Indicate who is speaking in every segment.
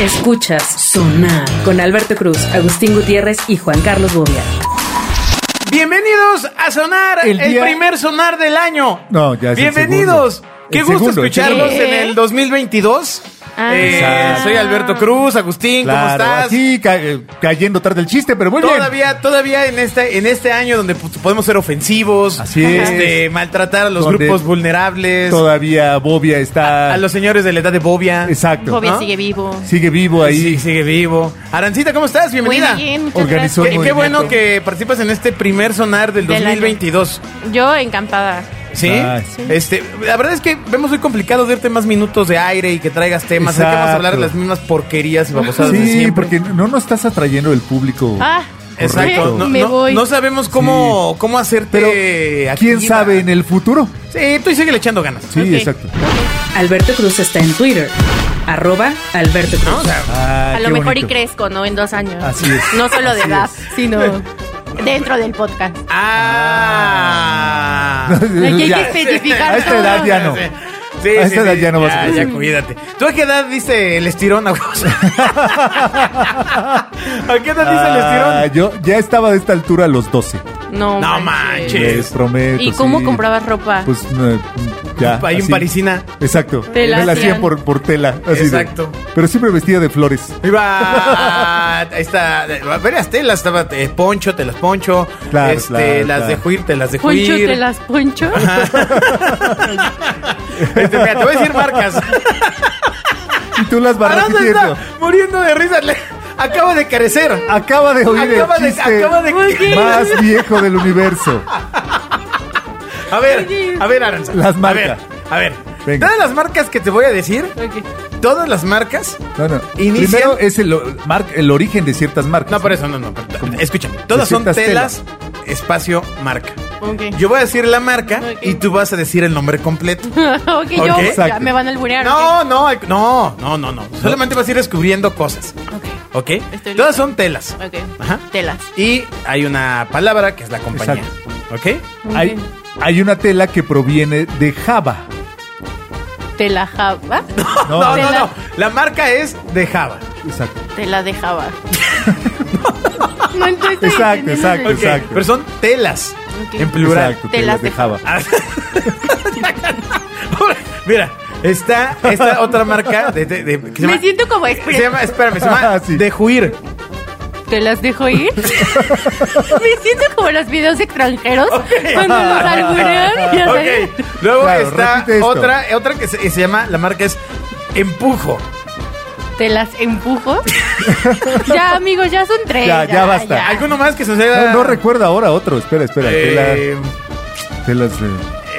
Speaker 1: Escuchas Sonar con Alberto Cruz, Agustín Gutiérrez y Juan Carlos Bobia.
Speaker 2: Bienvenidos a Sonar, el,
Speaker 3: El día-
Speaker 2: primer Sonar del año.
Speaker 3: No, ya es el
Speaker 2: Bienvenidos.
Speaker 3: segundo.
Speaker 2: Qué
Speaker 3: El
Speaker 2: gusto
Speaker 3: segundo, el
Speaker 2: escucharlos
Speaker 4: segundo.
Speaker 2: en el 2022.
Speaker 4: ¿Eh? Ah.
Speaker 2: Eh,
Speaker 3: Exacto.
Speaker 2: soy Alberto Cruz, Agustín, ¿cómo
Speaker 3: Claro,
Speaker 2: estás?
Speaker 3: aquí ca- eh, cayendo tarde el chiste, pero muy bien.
Speaker 2: Todavía, todavía en este, en este año donde pu- podemos ser ofensivos,
Speaker 3: Así es.
Speaker 2: este, maltratar a los
Speaker 3: Donde
Speaker 2: grupos vulnerables,
Speaker 3: Todavía Bobia está...
Speaker 2: a los señores de la edad de Bobia.
Speaker 3: Exacto.
Speaker 4: Bobia
Speaker 2: ¿no?
Speaker 4: sigue vivo.
Speaker 3: Sigue vivo ahí.
Speaker 2: Sí, sigue vivo. Arancita, ¿cómo estás?
Speaker 4: Muy
Speaker 2: Bienvenida.
Speaker 4: bien, muchas
Speaker 3: Organizó
Speaker 2: Qué,
Speaker 4: gracias.
Speaker 2: qué
Speaker 3: Movimiento.
Speaker 2: bueno que participas en este primer sonar del
Speaker 4: Del año.
Speaker 2: 2022.
Speaker 4: Yo encantada.
Speaker 2: ¿Sí?
Speaker 3: Ay.
Speaker 2: Sí. Este, la verdad es que vemos muy complicado darte más minutos de aire y que traigas temas. Hay que vamos a hablar de
Speaker 3: Exacto.
Speaker 2: las mismas porquerías y babosadas de
Speaker 3: Sí,
Speaker 2: siempre.
Speaker 3: porque no nos estás atrayendo el público.
Speaker 4: Ah,
Speaker 2: Exacto.
Speaker 3: Correcto.
Speaker 2: No,
Speaker 4: Me
Speaker 2: no-
Speaker 4: voy.
Speaker 2: no sabemos cómo, cómo
Speaker 3: Pero,
Speaker 2: hacerte aquí.
Speaker 3: ¿quién sabe en el futuro?
Speaker 2: Sí, tú sigue le echando ganas.
Speaker 3: Sí,
Speaker 4: Ok.
Speaker 3: exacto.
Speaker 1: Alberto Cruz está en Twitter, arroba Alberto Cruz.
Speaker 2: ¿No? O sea,
Speaker 3: Ah,
Speaker 4: a lo
Speaker 3: qué
Speaker 4: mejor
Speaker 3: bonito.
Speaker 4: y crezco, ¿no? En dos años.
Speaker 3: Así es.
Speaker 4: No solo de
Speaker 3: Así
Speaker 4: edad,
Speaker 3: es.
Speaker 4: sino dentro del podcast.
Speaker 2: ah.
Speaker 4: Aquí hay que
Speaker 3: Ya.
Speaker 4: especificar
Speaker 3: A esta
Speaker 4: todo.
Speaker 3: edad ya no.
Speaker 2: Sí, sí,
Speaker 3: A esta
Speaker 2: sí,
Speaker 3: edad ya no vas a
Speaker 2: Ya,
Speaker 3: crecer.
Speaker 2: ya, cuídate. ¿Tú a qué edad diste el estirón, Augusto? ¿A qué edad diste el estirón?
Speaker 3: Ah, yo ya estaba de esta altura a los 12.
Speaker 4: No,
Speaker 2: No manches.
Speaker 3: Les prometo.
Speaker 4: ¿Y cómo
Speaker 3: sí.
Speaker 4: comprabas ropa?
Speaker 3: Pues eh, ya.
Speaker 2: Hay un
Speaker 3: así.
Speaker 2: parisina.
Speaker 3: Exacto.
Speaker 4: Te la
Speaker 3: Me la hacían
Speaker 4: hacían.
Speaker 3: por, por tela. así de-
Speaker 2: Exacto.
Speaker 3: pero siempre vestida de flores.
Speaker 2: Iba a esta, a varias telas, estaba eh, poncho, telas poncho,
Speaker 3: Claro,
Speaker 2: este,
Speaker 3: claro,
Speaker 2: las
Speaker 3: claro.
Speaker 2: de juir, telas de
Speaker 4: poncho,
Speaker 2: juir.
Speaker 4: te las poncho.
Speaker 2: Este, mira, te voy a decir marcas.
Speaker 3: Y tú las vas
Speaker 2: Aranda
Speaker 3: repitiendo.
Speaker 2: está muriendo de risa, le- acaba de carecer.
Speaker 3: Acaba de oír
Speaker 2: Acaba
Speaker 3: el
Speaker 2: de-
Speaker 3: chiste
Speaker 2: acaba de- Oye.
Speaker 3: más viejo del universo.
Speaker 2: A ver, a ver, Aranza.
Speaker 3: Las
Speaker 2: A ver,
Speaker 3: marcas.
Speaker 2: a ver.
Speaker 3: Venga.
Speaker 2: Todas las marcas que te voy a decir,
Speaker 4: Ok.
Speaker 2: todas las marcas
Speaker 3: No, no.
Speaker 2: Inician-
Speaker 3: Primero es el, o- mar- el origen de ciertas marcas.
Speaker 2: No, por eso, no, no. pero- Escúchame. Todas son
Speaker 3: ciertas
Speaker 2: telas, espacio, marca.
Speaker 4: Ok.
Speaker 2: Yo voy a decir la marca
Speaker 4: Ok.
Speaker 2: y tú vas a decir el nombre completo.
Speaker 4: ok, yo
Speaker 2: Ok.
Speaker 4: ya
Speaker 3: Exacto.
Speaker 4: me van a alburear.
Speaker 2: No, no, hay- no, no, no, no. Solamente vas a ir descubriendo cosas.
Speaker 4: Ok.
Speaker 2: ¿Ok?
Speaker 4: Estoy
Speaker 2: Todas
Speaker 4: lista.
Speaker 2: son telas.
Speaker 4: Ok.
Speaker 2: Ajá.
Speaker 4: Telas.
Speaker 2: Y hay una palabra que es la compañía. ¿Ok?
Speaker 3: Hay, hay una tela que proviene de Java.
Speaker 4: Tela java.
Speaker 3: No,
Speaker 2: No, no,
Speaker 4: Tela.
Speaker 2: no. La marca es de Java.
Speaker 3: Exacto.
Speaker 4: Tela de java. no, entonces.
Speaker 3: Exacto, exacto,
Speaker 2: Ok,
Speaker 3: exacto.
Speaker 2: Pero son telas.
Speaker 4: Ok.
Speaker 2: En plural.
Speaker 3: Exacto,
Speaker 4: Te las
Speaker 3: telas de Java.
Speaker 2: Ah. Mira, está esta otra marca de, de- de- que se
Speaker 4: Me
Speaker 2: llama-
Speaker 4: siento como
Speaker 2: se
Speaker 4: express.
Speaker 2: llama, espérame, se llama
Speaker 3: Ah, sí.
Speaker 2: de juir.
Speaker 4: ¿Te las dejo ir? Me siento como los videos extranjeros cuando los alburean. ya sabes.
Speaker 2: Ok. Luego
Speaker 3: Claro,
Speaker 2: está
Speaker 3: repite esto.
Speaker 2: otra, otra que se, se llama, la marca es empujo.
Speaker 4: ¿Te las empujo? ya, amigos, ya son tres.
Speaker 3: Ya, ya basta.
Speaker 2: ¿Alguno más Ah, que se sea?
Speaker 3: No, no recuerdo ahora otro. Espera, espera.
Speaker 2: Eh,
Speaker 3: Tela- telas de.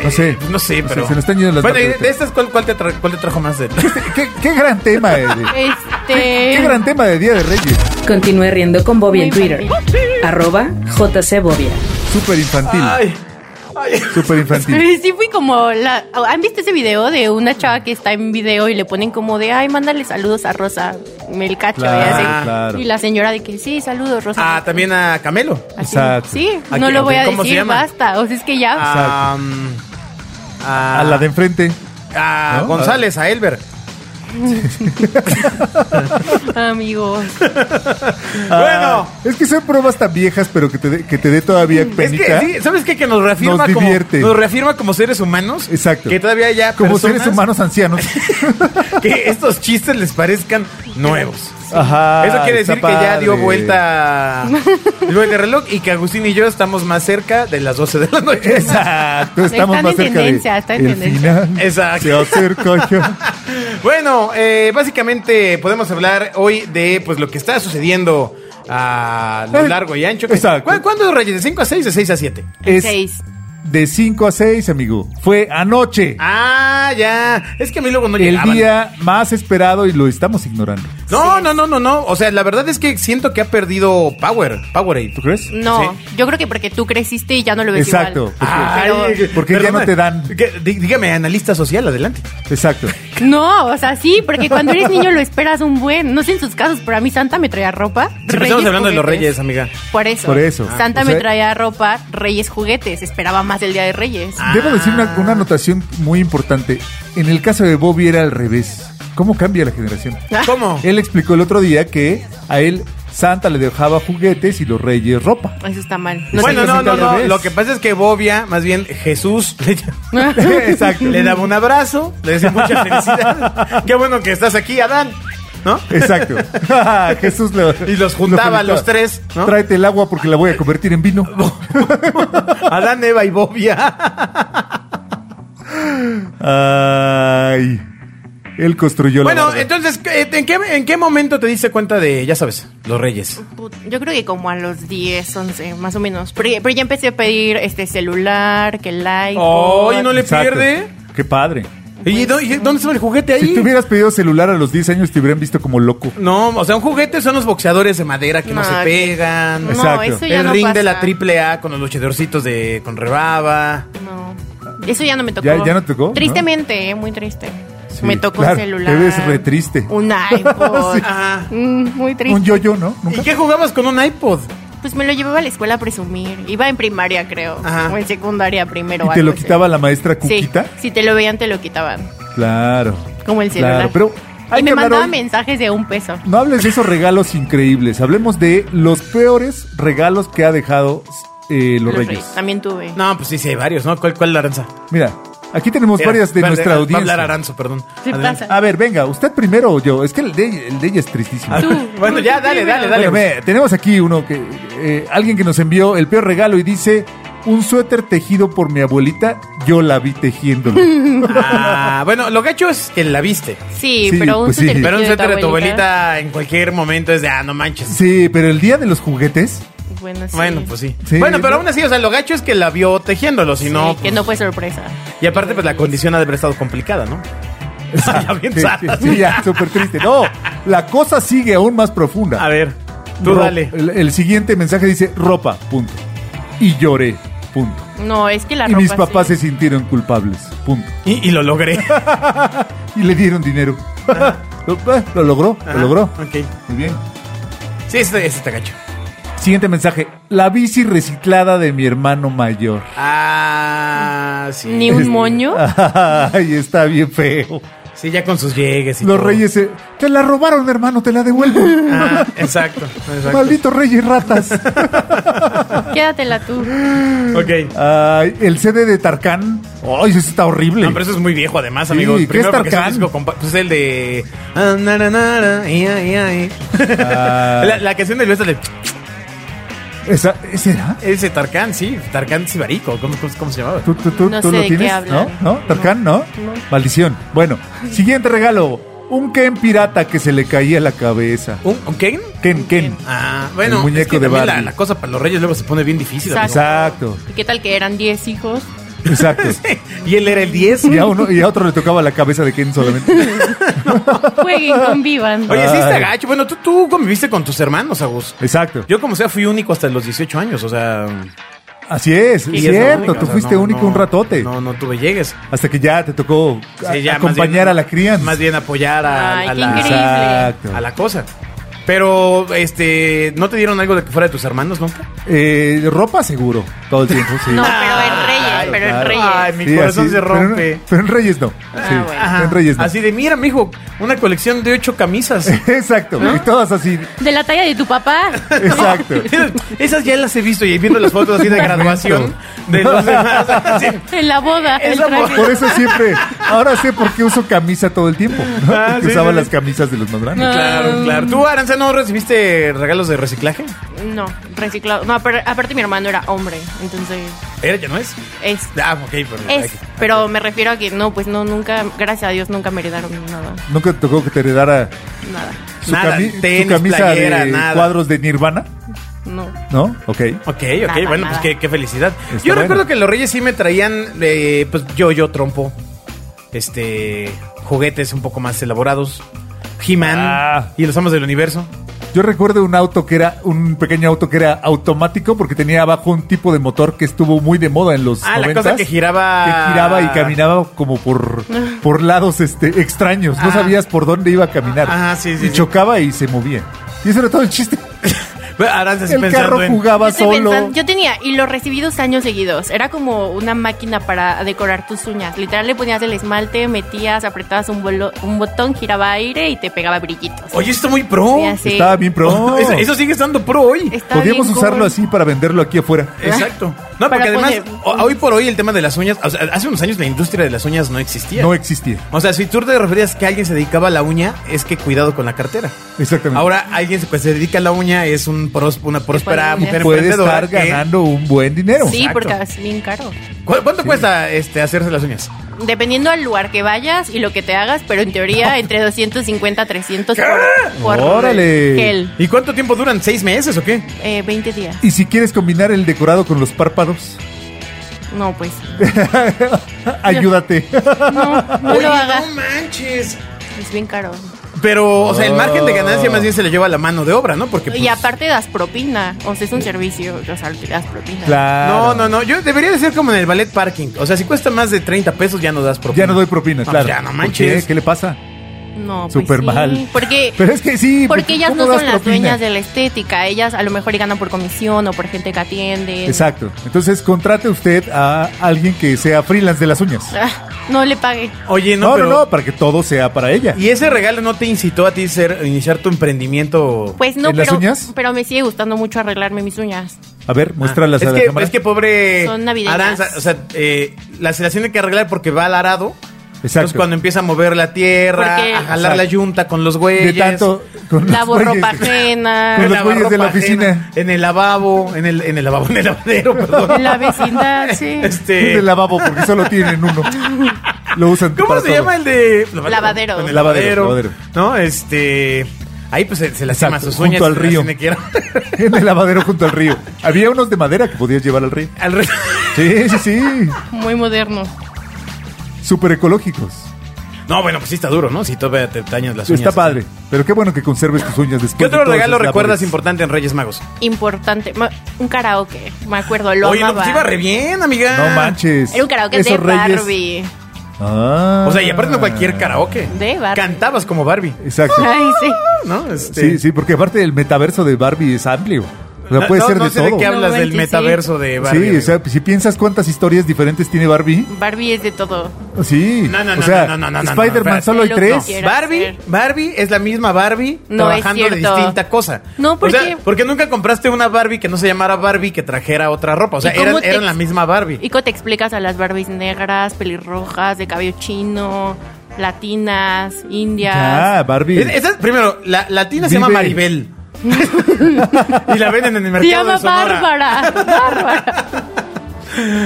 Speaker 3: No sé.
Speaker 2: eh, no sé,
Speaker 3: O sea,
Speaker 2: pero.
Speaker 3: se nos están yendo las Este
Speaker 2: bueno, y
Speaker 3: marcas.
Speaker 2: de este- estas, ¿cuál, cuál te tra- cuál te trajo más de?
Speaker 3: ¿Qué, qué gran tema. eh, de-
Speaker 4: Este...
Speaker 3: qué gran tema de Día de Reyes.
Speaker 1: Continúe riendo con Bobia en
Speaker 4: Muy
Speaker 1: Twitter, arroba JC Bobia.
Speaker 3: Súper infantil.
Speaker 2: Ay, ay.
Speaker 3: Súper infantil.
Speaker 4: Sí fui como la... ¿Han visto ese video de una chava que está en video y le ponen como de, ay, mándale saludos a Rosa Melcacho?
Speaker 3: Claro,
Speaker 4: y, así.
Speaker 3: claro.
Speaker 4: y la señora de que, sí, saludos, Rosa.
Speaker 2: Ah, también a Camelo.
Speaker 4: Así.
Speaker 3: Exacto.
Speaker 4: Sí,
Speaker 2: Aquí,
Speaker 4: no lo voy a
Speaker 2: ¿cómo se
Speaker 4: decir,
Speaker 2: llama?
Speaker 4: basta. O sea, es que ya...
Speaker 2: A, um, a,
Speaker 3: Ah, A la de enfrente.
Speaker 2: a
Speaker 3: ¿No?
Speaker 2: González, a Elber. Ah.
Speaker 4: Amigos.
Speaker 3: Ah,
Speaker 2: bueno,
Speaker 3: Es que son pruebas tan viejas, pero que te dé que te dé todavía
Speaker 2: es
Speaker 3: penita.
Speaker 2: que, sí, ¿sabes qué? Que nos reafirma,
Speaker 3: Nos
Speaker 2: como,
Speaker 3: divierte.
Speaker 2: nos reafirma como seres humanos.
Speaker 3: Exacto.
Speaker 2: Que todavía ya
Speaker 3: Como seres humanos ancianos.
Speaker 2: que estos chistes les parezcan nuevos.
Speaker 3: Ajá.
Speaker 2: Eso quiere
Speaker 3: está
Speaker 2: decir que ya dio
Speaker 3: padre.
Speaker 2: vuelta el reloj y que Agustín y yo estamos más cerca de las 12 de la noche.
Speaker 3: Exacto, estamos
Speaker 4: Están
Speaker 3: más
Speaker 4: en
Speaker 3: cerca
Speaker 4: tendencia,
Speaker 3: de
Speaker 4: están en
Speaker 3: el
Speaker 4: tendencia.
Speaker 3: final.
Speaker 2: Exacto.
Speaker 3: Se acerca yo.
Speaker 2: Bueno, eh, básicamente podemos hablar hoy de pues lo que está sucediendo a lo
Speaker 3: Eh,
Speaker 2: largo y ancho.
Speaker 3: exacto.
Speaker 2: ¿Cu- ¿Cuándo es Reyes? ¿De 5 a 6? ¿De 6 a 7?
Speaker 3: Es
Speaker 4: Seis.
Speaker 3: de 5 a 6, amigo. Fue anoche.
Speaker 2: Ah, ya. Es que a mí luego no
Speaker 3: el
Speaker 2: llegaban.
Speaker 3: día más esperado y lo estamos ignorando.
Speaker 2: No, no, no, no, no. O sea, la verdad es que siento que ha perdido Power, Powerade.
Speaker 3: ¿Tú crees?
Speaker 4: No,
Speaker 2: Sí.
Speaker 4: yo creo que porque tú creciste y ya no lo ves
Speaker 3: Exacto.
Speaker 4: igual.
Speaker 3: Porque-
Speaker 4: Pero-
Speaker 3: porque ya no te dan.
Speaker 2: que- dí- dígame, analista social, adelante.
Speaker 3: Exacto.
Speaker 4: No, o sea, sí, porque cuando eres niño lo esperas un buen. No sé en sus casos, pero a mí Santa me traía ropa.
Speaker 2: Si
Speaker 4: reyes,
Speaker 2: estamos hablando de los
Speaker 4: juguetes.
Speaker 2: reyes, amiga.
Speaker 4: Por eso.
Speaker 3: Por eso.
Speaker 4: Santa
Speaker 3: Ah, o
Speaker 4: me
Speaker 3: sea-
Speaker 4: traía ropa, Reyes juguetes. Esperaba más el día de Reyes.
Speaker 2: Ah.
Speaker 3: Debo decir una, una anotación muy importante. En el caso de Bobby era al revés. ¿Cómo cambia la generación?
Speaker 4: Ah.
Speaker 2: Ah, ¿Cómo?
Speaker 3: Él explicó el otro día que a él Santa le dejaba juguetes y los reyes ropa.
Speaker 4: Eso está mal.
Speaker 2: bueno,
Speaker 4: sé.
Speaker 2: no, no,
Speaker 3: al
Speaker 2: no.
Speaker 3: revés.
Speaker 2: Lo que pasa es que Bobia, más bien Jesús, le, Exacto. le daba un abrazo, le decía mucha felicidad. Qué bueno que estás aquí, Adán. ¿No?
Speaker 3: Exacto. Jesús lo-
Speaker 2: Y los juntaba los tres, ¿no?
Speaker 3: Tráete el agua porque la voy a convertir en vino.
Speaker 2: Adán, Eva y Bobia.
Speaker 3: Ay. Él construyó la
Speaker 2: Bueno,
Speaker 3: barda.
Speaker 2: entonces, eh, ¿en qué, ¿en qué momento te diste cuenta de, ya sabes, los reyes?
Speaker 4: Put- Yo creo que como a los 10, 11, más o menos. Pero, pero ya empecé a pedir este celular, que like.
Speaker 2: Ay, no le
Speaker 3: Exacto.
Speaker 2: pierde.
Speaker 3: Qué padre.
Speaker 2: ¿Y,
Speaker 4: Pues,
Speaker 2: dó- y dónde estaba el juguete ahí?
Speaker 3: Si te hubieras pedido celular a los 10 años te hubieran visto como loco.
Speaker 2: No, o sea, un juguete son los boxeadores de madera que no,
Speaker 4: No,
Speaker 2: se
Speaker 4: que-
Speaker 2: pegan.
Speaker 4: No,
Speaker 3: Exacto.
Speaker 4: eso ya
Speaker 2: El
Speaker 4: no
Speaker 2: ring de la
Speaker 4: pasa.
Speaker 2: triple A con los luchadorcitos de con rebaba.
Speaker 4: No. Eso ya no me tocó.
Speaker 3: ¿Ya- ya no te tocó?
Speaker 4: Tristemente, eh, muy triste.
Speaker 3: Sí,
Speaker 4: me tocó
Speaker 3: claro,
Speaker 4: un celular.
Speaker 3: te ves re triste.
Speaker 4: Un iPod.
Speaker 3: Sí.
Speaker 2: Ajá.
Speaker 4: Mm, muy triste.
Speaker 3: Un yo-yo, ¿no?
Speaker 2: ¿Y
Speaker 3: Nunca.
Speaker 2: qué jugabas con un iPod?
Speaker 4: Pues me lo llevaba a la escuela a presumir. Iba en primaria, creo.
Speaker 2: Ajá.
Speaker 4: O en secundaria primero.
Speaker 3: ¿Y te
Speaker 4: algo
Speaker 3: lo
Speaker 4: así.
Speaker 3: quitaba la maestra
Speaker 4: Sí.
Speaker 3: Cuquita?
Speaker 4: Si te lo veían, te lo quitaban.
Speaker 3: Claro.
Speaker 4: Como el celular.
Speaker 3: Claro, pero hay
Speaker 4: y me
Speaker 3: que hablar
Speaker 4: mandaba
Speaker 3: hoy-
Speaker 4: mensajes de un peso.
Speaker 3: No hables de esos regalos increíbles. Hablemos de los peores regalos que ha dejado eh, los, Reyes.
Speaker 4: También tuve.
Speaker 2: No, pues sí, sí, hay varios, ¿no? ¿Cuál, cuál la aranza?
Speaker 3: Mira, aquí tenemos varias de nuestra
Speaker 2: eh, Va a hablar
Speaker 3: audiencia.
Speaker 2: Aranzo, perdón.
Speaker 4: Sí,
Speaker 2: Adelante.
Speaker 4: pasa.
Speaker 3: A ver, venga, usted primero o yo. Es que el de, el de ella es tristísimo.
Speaker 4: Tú,
Speaker 2: Ah, Bueno,
Speaker 4: tú,
Speaker 2: ya,
Speaker 4: tú
Speaker 2: dale,
Speaker 4: primero.
Speaker 2: dale, dale.
Speaker 3: Bueno, ve, tenemos aquí uno que eh, alguien que nos envió el peor regalo y dice un suéter tejido por mi abuelita. Yo la vi tejiéndolo.
Speaker 2: Ah, bueno, lo gacho es que la viste.
Speaker 4: Sí,
Speaker 3: Sí,
Speaker 4: pero un
Speaker 3: pues sí.
Speaker 4: suéter
Speaker 3: Sí,
Speaker 2: Pero un
Speaker 4: de
Speaker 2: suéter de tu abuelita en cualquier momento es de, ah, no manches.
Speaker 3: sí, pero el día de los juguetes.
Speaker 4: Bueno, sí.
Speaker 2: Bueno, pues sí.
Speaker 3: Sí,
Speaker 2: bueno, pero
Speaker 3: no.
Speaker 2: aún así, o sea, lo gacho es que la vio tejiéndolo, si
Speaker 4: Sí,
Speaker 2: no.
Speaker 4: que
Speaker 2: pues-
Speaker 4: no fue sorpresa.
Speaker 2: Y aparte, pues la condición ha de haber estado complicada, ¿no? Ya bien
Speaker 3: Sí, sí,
Speaker 2: sad.
Speaker 3: sí, ya, súper triste. No, la cosa sigue aún más profunda.
Speaker 2: A ver, tú
Speaker 3: Ro-
Speaker 2: dale.
Speaker 3: El, el siguiente mensaje dice ropa, punto. Y lloré, punto.
Speaker 4: No, es que la
Speaker 3: y
Speaker 4: ropa
Speaker 3: mis papás
Speaker 4: sí.
Speaker 3: se sintieron culpables, punto.
Speaker 2: Y, y lo logré.
Speaker 3: Y le dieron dinero. lo, eh, lo logró,
Speaker 2: Ajá,
Speaker 3: lo logró.
Speaker 2: ok.
Speaker 3: Muy bien.
Speaker 2: Sí, ese, ese está gacho.
Speaker 3: Siguiente mensaje. La bici reciclada de mi hermano mayor.
Speaker 2: Ah, sí.
Speaker 4: Ni
Speaker 3: Este.
Speaker 4: un moño.
Speaker 3: Ay, está bien feo.
Speaker 2: Sí, ya con sus llegues y
Speaker 3: Los
Speaker 2: todo.
Speaker 3: reyes se- Te la robaron, hermano, te la devuelvo.
Speaker 2: Ah, exacto, exacto.
Speaker 3: Malditos reyes ratas. ah.
Speaker 4: Quédatela tú.
Speaker 2: Ok.
Speaker 3: Ay, el CD de Tarkan. Ay, eso está horrible.
Speaker 2: No, pero eso es muy viejo además,
Speaker 3: Sí,
Speaker 2: amigos.
Speaker 3: ¿qué es
Speaker 2: Primero porque es un
Speaker 3: Tarkan?
Speaker 2: disco compa- pues el de... Ah, na, na, na, na, i, i, i.
Speaker 3: Ah.
Speaker 2: La, la canción del Silvestre
Speaker 3: Esa- ¿Ese era?
Speaker 2: de... Ese Tarkan, sí. Tarkan Sibarico. ¿Cómo, cómo, cómo se llamaba?
Speaker 3: ¿Tú, tú, tú,
Speaker 4: No
Speaker 3: tú
Speaker 4: sé
Speaker 3: lo
Speaker 4: de qué
Speaker 3: tienes?
Speaker 4: hablan.
Speaker 3: ¿No? ¿No? ¿Tarkan? ¿No? Maldición. Bueno, siguiente regalo. Un Ken pirata que se le caía la cabeza.
Speaker 2: ¿Un, un Ken?
Speaker 3: Ken, Ken.
Speaker 2: Ah, bueno.
Speaker 3: El muñeco
Speaker 2: es que
Speaker 3: de
Speaker 2: también la,
Speaker 3: Barbie.
Speaker 2: la cosa para los reyes luego se pone bien difícil. amigo.
Speaker 3: Exacto,
Speaker 4: ¿Y ¿Qué tal que eran 10 hijos?
Speaker 3: exacto.
Speaker 2: Y él era el 10.
Speaker 3: Y a, uno, y a otro le tocaba la cabeza de Ken solamente.
Speaker 4: Jueguen, convivan.
Speaker 2: Oye, sí está
Speaker 3: Ay.
Speaker 2: gacho. Bueno, tú, tú conviviste con tus hermanos, Agus.
Speaker 3: Exacto.
Speaker 2: Yo como sea fui único hasta los 18 años, o sea...
Speaker 3: Así es,
Speaker 4: Y
Speaker 2: es
Speaker 3: es
Speaker 2: la
Speaker 3: cierto.
Speaker 2: única, o
Speaker 3: Tú
Speaker 2: sea,
Speaker 3: fuiste
Speaker 2: no,
Speaker 3: único
Speaker 2: no,
Speaker 3: un ratote.
Speaker 2: No, no tuve llegues.
Speaker 3: Hasta que ya te tocó a-
Speaker 2: Sí, ya, más
Speaker 3: acompañar
Speaker 2: bien-
Speaker 3: a la crianza.
Speaker 2: Más bien apoyar a,
Speaker 4: Ay,
Speaker 2: a
Speaker 4: qué increíble.
Speaker 2: Ah, la,
Speaker 3: Exacto.
Speaker 2: a la cosa. Pero, este, ¿no te dieron algo de que fuera de tus hermanos nunca?
Speaker 3: Eh, ropa seguro, todo el tiempo, sí.
Speaker 4: No, pero en
Speaker 2: Ay,
Speaker 4: Reyes, pero en
Speaker 3: claro.
Speaker 4: Reyes.
Speaker 2: Ay, mi
Speaker 3: Sí,
Speaker 2: corazón
Speaker 3: así,
Speaker 2: se
Speaker 3: pero en-
Speaker 2: rompe.
Speaker 3: Pero en, Reyes no. Sí,
Speaker 4: Ah, bueno.
Speaker 2: Ajá.
Speaker 3: En Reyes no.
Speaker 2: Así de, mira, mijo, una colección de ocho camisas.
Speaker 3: Exacto. Y todas así.
Speaker 4: De la talla de tu papá.
Speaker 3: Exacto.
Speaker 2: Esas ya las he visto y viendo las fotos así de graduación de los demás. así.
Speaker 4: En la boda.
Speaker 2: Es
Speaker 4: el
Speaker 2: la boda.
Speaker 4: traje.
Speaker 3: Por eso siempre. Ahora sé por qué uso camisa todo el tiempo. ¿no?
Speaker 2: Ah,
Speaker 3: Porque
Speaker 2: sí,
Speaker 3: usaba
Speaker 2: sí,
Speaker 3: las
Speaker 2: sí.
Speaker 3: camisas de los más grandes.
Speaker 2: Claro, claro. ¿Tú, Aranza, no recibiste regalos de reciclaje?
Speaker 4: No, reciclado. No, pero aparte mi hermano era hombre, entonces
Speaker 2: Era, ya no es.
Speaker 4: es.
Speaker 2: Ah, ok, pero.
Speaker 4: Es, pero me refiero a que no, pues no, nunca, gracias a Dios, nunca me heredaron nada,
Speaker 3: Nunca te tocó que te heredara
Speaker 4: nada,
Speaker 3: su,
Speaker 2: Nada,
Speaker 3: cami- su
Speaker 2: tenis,
Speaker 3: camisa
Speaker 2: playera,
Speaker 3: de
Speaker 2: nada.
Speaker 3: cuadros de Nirvana,
Speaker 4: no.
Speaker 3: ¿no? Ok.
Speaker 2: Ok, ok,
Speaker 4: Nada,
Speaker 2: bueno,
Speaker 4: nada.
Speaker 2: pues qué, qué felicidad.
Speaker 3: Está
Speaker 2: yo
Speaker 3: bueno.
Speaker 2: recuerdo que los reyes sí me traían, eh, pues yo, yo trompo, este, juguetes un poco más elaborados, He-Man
Speaker 3: Ah.
Speaker 2: y los amos del universo.
Speaker 3: Yo recuerdo un auto que era, un pequeño auto que era automático porque tenía abajo un tipo de motor que estuvo muy de moda en los
Speaker 2: Ah, la
Speaker 3: 90s,
Speaker 2: cosa que giraba.
Speaker 3: que giraba y caminaba como por, por lados este, extraños. No
Speaker 2: Ah.
Speaker 3: sabías por dónde iba a caminar.
Speaker 2: Ah, sí, sí,
Speaker 3: y
Speaker 2: sí.
Speaker 3: chocaba y se movía. Y ese era todo el chiste.
Speaker 2: Ahora se está
Speaker 3: El
Speaker 2: pensando
Speaker 3: carro
Speaker 2: en.
Speaker 3: jugaba
Speaker 4: estoy
Speaker 3: solo.
Speaker 4: pensando- yo tenía y los recibidos años seguidos. Era como una máquina para decorar tus uñas. Literal le ponías el esmalte, metías, apretabas un, bolo- un botón, giraba aire y te pegaba brillitos.
Speaker 2: Oye, está muy pro.
Speaker 4: Sí, así.
Speaker 3: Estaba bien pro.
Speaker 2: Eso, eso sigue estando pro hoy.
Speaker 4: Está
Speaker 3: Podíamos
Speaker 4: bien
Speaker 3: usarlo
Speaker 4: cool. Eh,
Speaker 3: así para venderlo aquí afuera.
Speaker 2: Exacto. No,
Speaker 4: Para
Speaker 2: porque además,
Speaker 4: poner-
Speaker 2: o- hoy por hoy el tema de las uñas, o sea, hace unos años la industria de las uñas no existía.
Speaker 3: No existía.
Speaker 2: o sea, si tú te referías que alguien se dedicaba a la uña, es que cuidado con la cartera.
Speaker 3: Exactamente.
Speaker 2: Ahora alguien se- pues, se dedica a la uña, es un pros- una próspera
Speaker 4: uñas.
Speaker 2: mujer
Speaker 3: puede
Speaker 2: emprendedora.
Speaker 3: estar
Speaker 2: que-
Speaker 3: ganando un buen dinero.
Speaker 4: ¿eh? Sí,
Speaker 2: Exacto.
Speaker 4: porque es bien caro.
Speaker 2: ¿Cu- ¿Cuánto cuesta este, hacerse las uñas?
Speaker 4: Dependiendo al lugar que vayas y lo que te hagas, pero en teoría entre 250 a 300 por, por
Speaker 3: ¡Órale!
Speaker 4: gel.
Speaker 2: ¿Y cuánto tiempo duran? ¿Seis meses o qué?
Speaker 4: Eh, 20 días.
Speaker 3: Y si quieres combinar el decorado con los párpados,
Speaker 4: No, pues.
Speaker 3: ayúdate.
Speaker 4: Ah, No, no
Speaker 2: Oye,
Speaker 4: lo hagas.
Speaker 2: no manches.
Speaker 4: Es bien caro.
Speaker 2: Pero, o sea, el margen de
Speaker 3: Oh.
Speaker 2: ganancia más bien se le lleva a la mano de obra, ¿no? Porque
Speaker 4: Y
Speaker 2: pues,
Speaker 4: aparte das propina. O sea, es un servicio. O sea, te das propina.
Speaker 3: Claro.
Speaker 2: No, no, no. Yo debería de ser como en el ballet parking. O sea, si cuesta más de 30 pesos, ya no das propina.
Speaker 3: Ya no doy propina,
Speaker 2: No,
Speaker 3: claro.
Speaker 2: ya no
Speaker 3: ¿Por
Speaker 2: manches.
Speaker 3: qué? ¿Qué le pasa?
Speaker 4: No, pues
Speaker 3: Súper
Speaker 4: sí,
Speaker 3: mal.
Speaker 4: Porque,
Speaker 3: Pero es que sí. ¿por
Speaker 4: porque
Speaker 3: qué-
Speaker 4: ellas
Speaker 3: cómo
Speaker 4: no
Speaker 3: das
Speaker 4: son las
Speaker 3: propina?
Speaker 4: dueñas de la estética. Ellas a lo mejor ganan por comisión o por gente que atiende.
Speaker 3: Exacto. Entonces contrate usted a alguien que sea freelance de las uñas.
Speaker 4: Ah, no le pague.
Speaker 2: Oye, no,
Speaker 3: No, no,
Speaker 2: pero...
Speaker 3: no, para que todo sea para ella.
Speaker 2: ¿Y ese regalo no te incitó a ti ser, iniciar tu emprendimiento?
Speaker 4: Pues no,
Speaker 3: ¿En las
Speaker 4: pero,
Speaker 3: uñas?
Speaker 4: pero me sigue gustando mucho arreglarme mis uñas.
Speaker 3: A ver,
Speaker 2: Ah,
Speaker 3: muéstralas
Speaker 2: es
Speaker 3: a la
Speaker 2: que,
Speaker 3: cámara.
Speaker 2: Es que pobre
Speaker 4: Son navideñas.
Speaker 2: Aranza, o sea, eh, la se las tiene que arreglar porque va al arado. Entonces
Speaker 3: Exacto.
Speaker 2: cuando empieza a mover la tierra,
Speaker 4: Porque-
Speaker 2: a jalar la
Speaker 3: Exacto.
Speaker 2: yunta con los güeyes.
Speaker 3: de tanto. Con
Speaker 4: Lavo
Speaker 3: los
Speaker 4: ropa
Speaker 3: güeyes.
Speaker 4: ajena.
Speaker 3: Con los
Speaker 2: lavar
Speaker 3: güeyes de la
Speaker 2: ropa
Speaker 3: oficina.
Speaker 2: ajena, En el lavabo, en el, en el lavabo, en el lavadero, perdón.
Speaker 4: En la vecindad, sí.
Speaker 2: Este,
Speaker 3: De lavabo, porque solo tienen uno. Lo usan
Speaker 2: ¿Cómo
Speaker 3: para
Speaker 2: se
Speaker 3: todo.
Speaker 2: llama el de
Speaker 4: Lavadero.
Speaker 2: En el lavadero,
Speaker 3: Lavadero,
Speaker 2: No, este. Ahí pues se, se lastima
Speaker 3: Exacto,
Speaker 2: sus uñas.
Speaker 3: junto al
Speaker 2: se las
Speaker 3: río.
Speaker 2: tiene que ir-
Speaker 3: En el lavadero junto al río. Había unos de madera que podías llevar al río.
Speaker 2: al río.
Speaker 3: Sí, sí, sí.
Speaker 4: Muy moderno.
Speaker 3: Súper ecológicos.
Speaker 2: No, bueno, pues sí está duro, ¿no? Si todavía te dañas las uñas.
Speaker 3: Está padre. Pero qué bueno que conserves tus uñas después.
Speaker 2: ¿Qué
Speaker 3: de
Speaker 2: otro Ah, pues,
Speaker 3: todas
Speaker 2: regalo
Speaker 3: esas
Speaker 2: recuerdas
Speaker 3: labores.
Speaker 2: importante en Reyes Magos?
Speaker 4: Importante. Ma- Un karaoke, me acuerdo. Lo
Speaker 2: Oye, no,
Speaker 4: amaba.
Speaker 2: pues iba re bien, amiga.
Speaker 3: No manches.
Speaker 4: Era un karaoke
Speaker 3: Esos
Speaker 4: de
Speaker 3: reyes-
Speaker 4: Barbie.
Speaker 3: Ah.
Speaker 2: O sea, y aparte no cualquier karaoke.
Speaker 4: De Barbie.
Speaker 2: Cantabas como Barbie,
Speaker 3: Exacto.
Speaker 4: Ay, sí.
Speaker 2: ¿no? Este,
Speaker 3: Sí, sí, porque aparte el metaverso de Barbie es amplio. O sea,
Speaker 2: no-
Speaker 3: puede
Speaker 2: no-
Speaker 3: ser
Speaker 2: no
Speaker 3: de
Speaker 2: sé
Speaker 3: todo.
Speaker 2: de qué hablas
Speaker 4: No,
Speaker 2: del
Speaker 4: sí.
Speaker 2: metaverso de Barbie.
Speaker 3: sí,
Speaker 2: amigo.
Speaker 3: o sea, si piensas cuántas historias diferentes tiene Barbie,
Speaker 4: Barbie es de todo.
Speaker 3: sí.
Speaker 2: No, no, no,
Speaker 3: o sea,
Speaker 2: no, no, no, no, no,
Speaker 3: Spider-Man
Speaker 2: espérate.
Speaker 3: solo hay
Speaker 4: Lo
Speaker 3: tres.
Speaker 4: que quieras.
Speaker 2: Barbie,
Speaker 4: hacer.
Speaker 2: Barbie es la misma Barbie
Speaker 4: No es
Speaker 2: trabajando de
Speaker 4: cierto.
Speaker 2: distinta cosa.
Speaker 4: No, ¿por
Speaker 2: O sea,
Speaker 4: qué?
Speaker 2: porque nunca compraste una Barbie que no se llamara Barbie que trajera otra ropa. O sea,
Speaker 4: ¿Y cómo
Speaker 2: eran,
Speaker 4: te
Speaker 2: eran
Speaker 4: ex-
Speaker 2: la misma Barbie.
Speaker 4: ¿Y cómo te explicas a las Barbies negras, pelirrojas, de cabello chino, latinas, indias?
Speaker 3: Ya, Ah, Barbie.
Speaker 2: Es- esa- primero, la latina se
Speaker 3: Vive.
Speaker 2: llama Maribel. y la venden en el mercado
Speaker 4: Se
Speaker 2: de
Speaker 4: llama
Speaker 2: Sonora.
Speaker 4: Bárbara. Bárbara.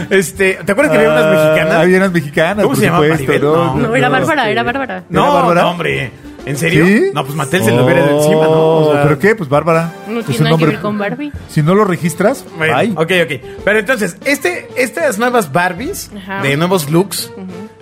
Speaker 2: Este, ¿te acuerdas que había unas
Speaker 3: Ah,
Speaker 2: mexicanas?
Speaker 3: Había unas mexicanas,
Speaker 2: ¿Cómo
Speaker 3: por
Speaker 2: se llama
Speaker 3: supuesto,
Speaker 2: Maribel? No,
Speaker 4: No, era
Speaker 3: no,
Speaker 4: Bárbara,
Speaker 3: este-
Speaker 4: era Bárbara.
Speaker 2: No,
Speaker 3: Bárbara?
Speaker 2: no, hombre. ¿En serio?
Speaker 3: ¿Sí? Oh,
Speaker 2: No, pues Mattel se lo hubiera ido encima, ¿no? O sea,
Speaker 3: ¿Pero qué? Pues Bárbara.
Speaker 4: No
Speaker 3: es
Speaker 4: tiene
Speaker 3: un
Speaker 4: nada que
Speaker 3: nombre-
Speaker 4: ver con Barbie.
Speaker 3: Si no lo registras,
Speaker 2: Bueno,
Speaker 3: ay.
Speaker 2: ok, ok. Pero entonces, este, estas nuevas Barbies,
Speaker 4: Ajá.
Speaker 2: de nuevos looks,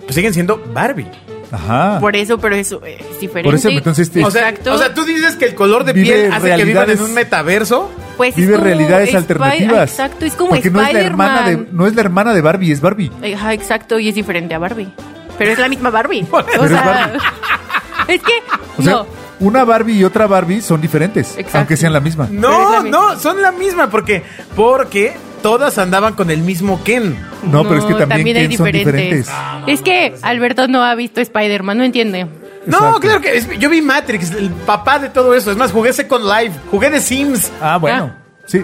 Speaker 2: pues siguen siendo Barbie.
Speaker 3: Ajá.
Speaker 4: Por eso, pero eso eh, es diferente.
Speaker 3: Por eso, entonces, este-
Speaker 2: O sea,
Speaker 4: Exacto.
Speaker 2: o sea, tú dices que el color de
Speaker 3: Vive
Speaker 2: piel hace que vivan en
Speaker 3: realidades-
Speaker 2: un metaverso.
Speaker 4: Pues es
Speaker 3: Vive
Speaker 4: como
Speaker 3: realidades
Speaker 4: Spy-
Speaker 3: alternativas.
Speaker 4: Exacto, es como
Speaker 3: Porque no es, la hermana de,
Speaker 4: Spider-Man.
Speaker 3: no es la hermana de Barbie, es Barbie.
Speaker 4: Ajá, exacto, y es diferente a Barbie. Pero es la misma Barbie.
Speaker 3: Pero
Speaker 4: o
Speaker 3: es
Speaker 4: sea,
Speaker 3: Barbie.
Speaker 4: es que
Speaker 3: O sea,
Speaker 4: no.
Speaker 3: una Barbie y otra Barbie son diferentes,
Speaker 4: Exacto. Mm,
Speaker 3: aunque sean la misma.
Speaker 4: Pero es la
Speaker 2: No,
Speaker 4: misma.
Speaker 2: no, son la misma porque porque todas andaban con el mismo Ken.
Speaker 3: No, pero es que también, ¿quién son diferentes.
Speaker 4: Es que Alberto no ha visto Spider-Man, no entiende.
Speaker 2: No,
Speaker 3: Exacto.
Speaker 2: claro que es- yo vi Matrix, el papá de todo eso. Es más, jugué Second Life, jugué de Sims.
Speaker 3: Ah, bueno. Sí.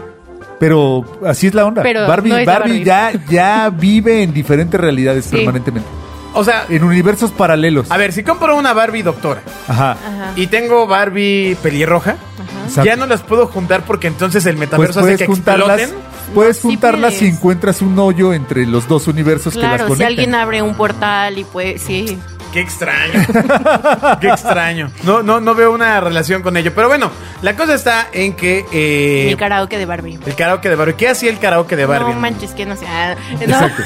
Speaker 3: Pero así es la onda.
Speaker 4: Pero
Speaker 3: Barbie,
Speaker 4: no es la
Speaker 3: Barbie,
Speaker 4: Barbie.
Speaker 3: Ya, ya vive en diferentes realidades
Speaker 4: Sí.
Speaker 3: permanentemente.
Speaker 2: O sea,
Speaker 3: En universos paralelos.
Speaker 2: a ver, si compro una Barbie doctora
Speaker 3: Ajá.
Speaker 4: Ajá.
Speaker 2: y tengo Barbie pelirroja,
Speaker 3: Exacto.
Speaker 2: ya no las puedo juntar porque entonces el
Speaker 3: Pues
Speaker 2: metaverso hace
Speaker 3: puedes
Speaker 2: que
Speaker 3: juntarlas,
Speaker 2: exploten.
Speaker 3: puedes
Speaker 4: Sí
Speaker 3: juntarlas si
Speaker 4: puedes.
Speaker 3: encuentras un hoyo entre los dos universos
Speaker 2: Pues
Speaker 3: que las
Speaker 4: Claro, si
Speaker 3: conectan.
Speaker 4: alguien abre un portal y pues sí.
Speaker 2: Qué extraño. Qué extraño. No, no, no veo una relación con ello. Pero bueno, la cosa está en que eh,
Speaker 4: Mi karaoke de Barbie.
Speaker 2: el karaoke de Barbie. ¿Qué hacía el karaoke de Barbie?
Speaker 4: No manches, que no sea. No.
Speaker 3: Exacto.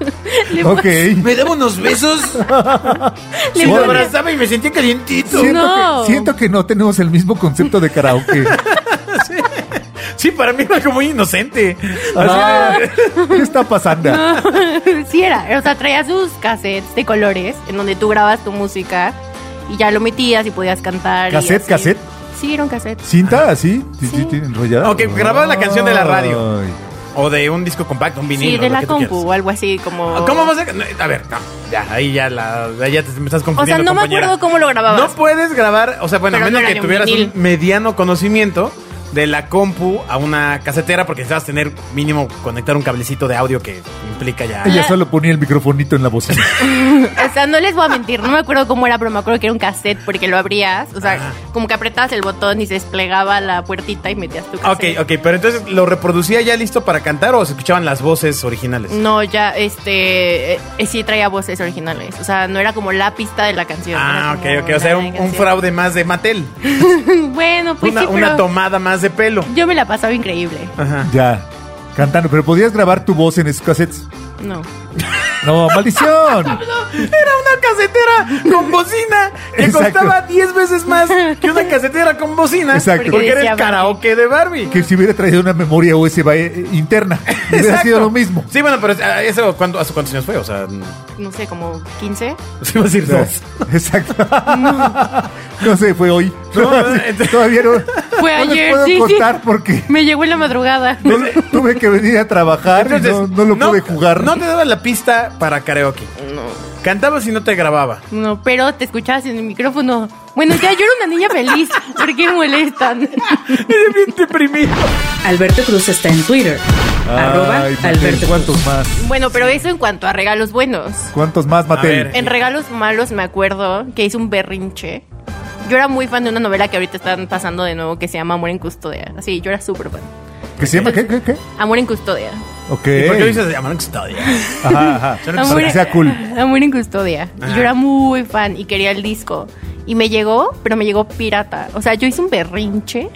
Speaker 4: Le
Speaker 3: Ok.
Speaker 2: Me daba unos besos.
Speaker 4: pon- le
Speaker 2: me
Speaker 4: pone-
Speaker 2: abrazaba y me sentía calientito.
Speaker 3: Siento,
Speaker 4: No.
Speaker 3: que, siento que no tenemos el mismo concepto de karaoke.
Speaker 2: Sí, para mí era algo muy inocente.
Speaker 3: Ah, ¿Qué está pasando?
Speaker 4: sí era, o sea, traía sus cassettes de colores en donde tú grabas tu música y ya lo metías y podías cantar. y
Speaker 3: ¿Cassette,
Speaker 4: así.
Speaker 3: cassette?
Speaker 4: Sí, era un cassette.
Speaker 3: ¿Cinta así? Ti- ti- ti- ¿Enrollada?
Speaker 2: Ok, grababa la canción de la radio.
Speaker 3: Ay.
Speaker 2: O de un disco compacto, un vinilo.
Speaker 4: sí, de
Speaker 2: lo
Speaker 4: la
Speaker 2: que tú
Speaker 4: compu
Speaker 2: quieras. Ah,
Speaker 4: o algo así como...
Speaker 2: ¿Cómo vas a.? no, A ver, no. Ya, ahí ya, la, ahí ya te me estás
Speaker 4: O sea,
Speaker 2: confundiendo.
Speaker 4: no me
Speaker 2: compañera.
Speaker 4: acuerdo cómo lo grababas.
Speaker 2: No puedes grabar, o sea, bueno, a
Speaker 4: Pero
Speaker 2: menos
Speaker 4: no era
Speaker 2: que
Speaker 4: en
Speaker 2: tuvieras un
Speaker 4: vinil.
Speaker 2: mediano conocimiento de la compu a una casetera, porque necesitas tener mínimo conectar un cablecito de audio que implica ya.
Speaker 3: Ella solo ponía el microfonito en la bocina.
Speaker 4: O sea, no les voy a mentir, no me acuerdo cómo era, pero me acuerdo que era un cassette porque lo abrías, o sea,
Speaker 2: Ah.
Speaker 4: como que apretabas el botón y se desplegaba la puertita y metías tu
Speaker 2: Ok,
Speaker 4: cassette.
Speaker 2: ok, pero entonces lo reproducía ya listo para cantar o se escuchaban las voces originales.
Speaker 4: No, ya, este, eh, eh, sí traía voces originales, o sea, no era como la pista de la canción.
Speaker 2: Ah,
Speaker 4: era
Speaker 2: ok,
Speaker 4: como
Speaker 2: ok, o sea,
Speaker 4: la
Speaker 2: un, un
Speaker 4: canción.
Speaker 2: fraude más de Mattel.
Speaker 4: bueno, pues
Speaker 2: una,
Speaker 4: sí,
Speaker 2: una
Speaker 4: pero
Speaker 2: tomada más de pelo.
Speaker 4: yo me la pasaba increíble.
Speaker 2: Ajá.
Speaker 3: ya, cantando. Pero podías grabar tu voz en esos cassettes.
Speaker 2: Ah.
Speaker 4: No.
Speaker 3: No, maldición.
Speaker 2: Era una casetera con bocina que
Speaker 3: Exacto.
Speaker 2: costaba 10 veces más que una casetera con bocina.
Speaker 3: Exacto.
Speaker 2: Porque era el
Speaker 4: Porque decía
Speaker 2: karaoke de Barbie.
Speaker 3: que si hubiera traído una memoria USB eh, interna, hubiera
Speaker 2: Exacto.
Speaker 3: sido lo mismo.
Speaker 2: Sí, bueno, pero eh, eso ¿cuánto, hace cuántos años fue, o sea,
Speaker 4: No sé, como 15.
Speaker 2: sí iba a decir dos.
Speaker 3: Exacto. No sé, fue hoy.
Speaker 2: No, eh,
Speaker 3: Sí,
Speaker 2: entonces-
Speaker 3: Todavía no.
Speaker 4: Fue
Speaker 3: no les
Speaker 4: ayer,
Speaker 3: puedo
Speaker 4: sí, sí.
Speaker 3: contar porque
Speaker 4: Me llegó en la madrugada.
Speaker 3: no- tuve que venir a trabajar y
Speaker 2: Entonces,
Speaker 3: no, no lo pude jugar.
Speaker 2: No te daba la pista para karaoke. Cantabas y no te grababa.
Speaker 4: No, pero te escuchabas en el micrófono. Bueno, ya yo era una niña feliz. ¿Por qué molestan?
Speaker 2: Eres bien deprimido.
Speaker 1: Alberto Cruz está en Twitter. arroba
Speaker 3: Ay, Mateo,
Speaker 1: Alberto Cruz.
Speaker 3: ¿Cuántos más?
Speaker 4: Bueno, pero eso en cuanto a regalos buenos.
Speaker 3: ¿Cuántos más, Mateo?
Speaker 2: ver.
Speaker 4: En regalos malos me acuerdo que hice un berrinche. Yo era muy fan de una novela que ahorita están pasando de nuevo que se llama Amor en Custodia. Sí, yo era súper fan.
Speaker 3: ¿Que se llama qué? ¿Qué? ¿Qué?
Speaker 4: Amor en Custodia.
Speaker 3: Ok.
Speaker 2: ¿Y por qué lo dices Ah, de llamar custodia?
Speaker 3: Ajá, ajá.
Speaker 2: Suena
Speaker 3: Para
Speaker 4: Amor,
Speaker 3: que sea cool.
Speaker 4: Amor en Custodia. Y
Speaker 2: Ajá.
Speaker 4: Yo era muy fan y quería el disco. Y me llegó, pero me llegó pirata. O sea, yo hice un berrinche.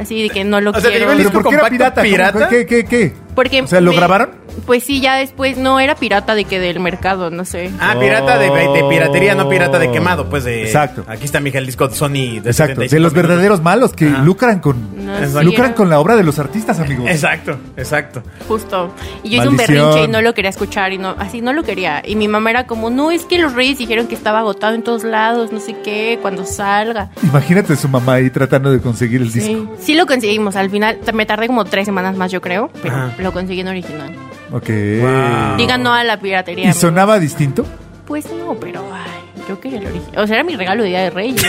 Speaker 4: Así de que no lo
Speaker 2: O sea, te
Speaker 4: quiero.
Speaker 2: llegó el
Speaker 3: ¿Pero
Speaker 2: disco
Speaker 3: por qué era
Speaker 2: compacto
Speaker 3: pirata?
Speaker 2: pirata?
Speaker 3: ¿Cómo? ¿Qué? ¿Qué? ¿Qué?
Speaker 4: Porque
Speaker 3: O sea, ¿lo
Speaker 4: me-
Speaker 3: grabaron?
Speaker 4: Pues sí, ya después no era pirata de que del mercado, no sé.
Speaker 2: Ah,
Speaker 3: Oh.
Speaker 2: pirata de, de piratería, no pirata de quemado, pues de.
Speaker 3: Exacto.
Speaker 2: Aquí está Miguel el disco de Sony de
Speaker 3: Exacto.
Speaker 2: 75
Speaker 3: De los
Speaker 2: minutos.
Speaker 3: verdaderos malos que
Speaker 2: Ajá.
Speaker 3: lucran con
Speaker 4: No,
Speaker 2: Exacto.
Speaker 4: sí,
Speaker 3: lucran
Speaker 4: era
Speaker 3: con la obra de los artistas, amigos.
Speaker 2: Exacto, exacto.
Speaker 4: Justo. Y yo hice un
Speaker 3: Maldición.
Speaker 4: berrinche y no lo quería escuchar y no, así no lo quería. Y mi mamá era como, no, es que los reyes dijeron que estaba agotado en todos lados, no sé qué, cuando salga.
Speaker 3: Imagínate su mamá ahí tratando de conseguir el disco.
Speaker 4: Sí, sí lo conseguimos. Al final, t- me tardé como tres semanas más, yo creo, pero
Speaker 2: Ajá.
Speaker 4: lo conseguí en original.
Speaker 3: Ok.
Speaker 2: Wow.
Speaker 4: Digan no a la piratería.
Speaker 3: ¿Y
Speaker 4: amigos.
Speaker 3: sonaba distinto?
Speaker 4: Pues no, pero ay, yo quería el original. O sea, era mi regalo de Día de Reyes.